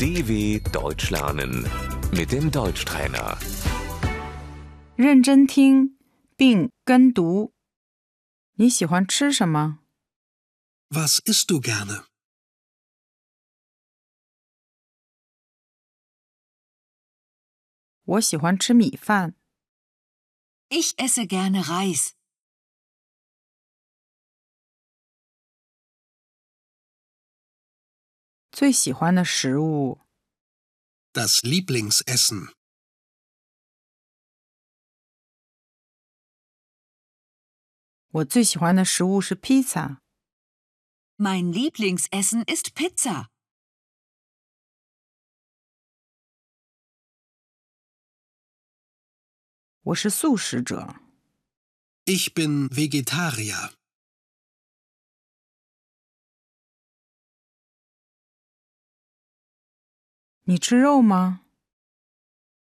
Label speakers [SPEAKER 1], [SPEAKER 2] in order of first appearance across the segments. [SPEAKER 1] DW Deutsch lernen mit dem Deutschtrainer.
[SPEAKER 2] 认真听并跟读。你喜欢吃什么？
[SPEAKER 3] Was isst du gerne?
[SPEAKER 2] 我喜欢吃米饭。
[SPEAKER 4] Ich esse gerne Reis.
[SPEAKER 2] Ich 最喜欢的食物，
[SPEAKER 3] Das Lieblingsessen.
[SPEAKER 2] Ich 最喜欢的食物是披萨。
[SPEAKER 4] Mein Lieblingsessen ist Pizza.
[SPEAKER 2] Ich 我是素食者。
[SPEAKER 3] Ich bin Vegetarier.
[SPEAKER 2] Ich 你吃肉吗？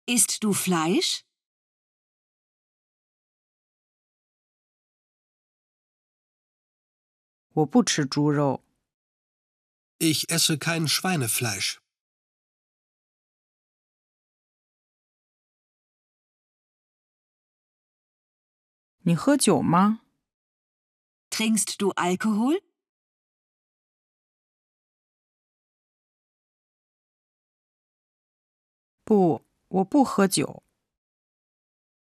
[SPEAKER 4] Isst du Fleisch?
[SPEAKER 2] 我不吃猪肉。
[SPEAKER 3] Ich esse kein Schweinefleisch.
[SPEAKER 2] Ich 你喝酒吗？
[SPEAKER 4] Trinkst du Alkohol?
[SPEAKER 2] 不，我不喝酒。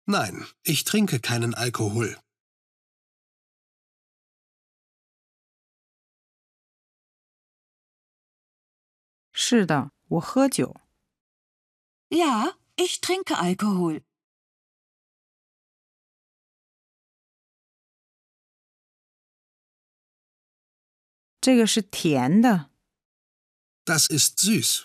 [SPEAKER 3] Nein, ich trinke keinen Alkohol.
[SPEAKER 2] Ich 是的，我喝酒。
[SPEAKER 4] Ja, ich trinke Alkohol.
[SPEAKER 2] Ich 这个是甜的。
[SPEAKER 3] Das ist süß.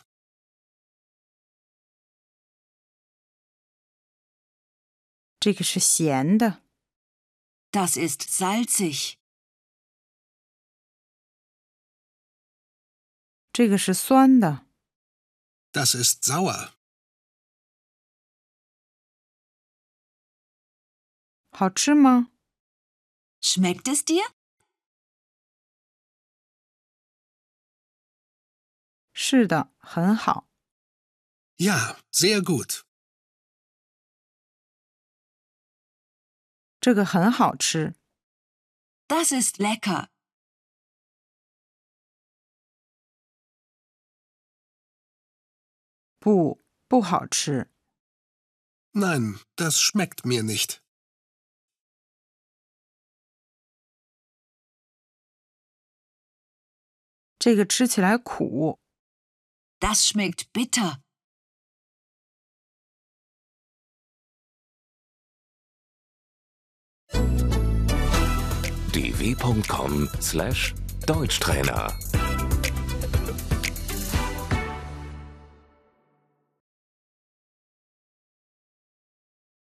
[SPEAKER 2] 这个是咸的。
[SPEAKER 4] Das ist salzig.
[SPEAKER 2] 这个是酸的。
[SPEAKER 3] Das ist sauer.
[SPEAKER 2] 好吃吗？
[SPEAKER 4] Schmeckt es dir?
[SPEAKER 2] 是的，很好。
[SPEAKER 3] Ja, sehr gut.
[SPEAKER 2] 这个很好吃。
[SPEAKER 4] Das ist lecker.
[SPEAKER 2] 不，不好吃。
[SPEAKER 3] Nein, das schmeckt mir nicht.
[SPEAKER 2] Ich 这个吃起来苦。
[SPEAKER 4] Das schmeckt bitter.
[SPEAKER 1] dw.com/deutschtrainer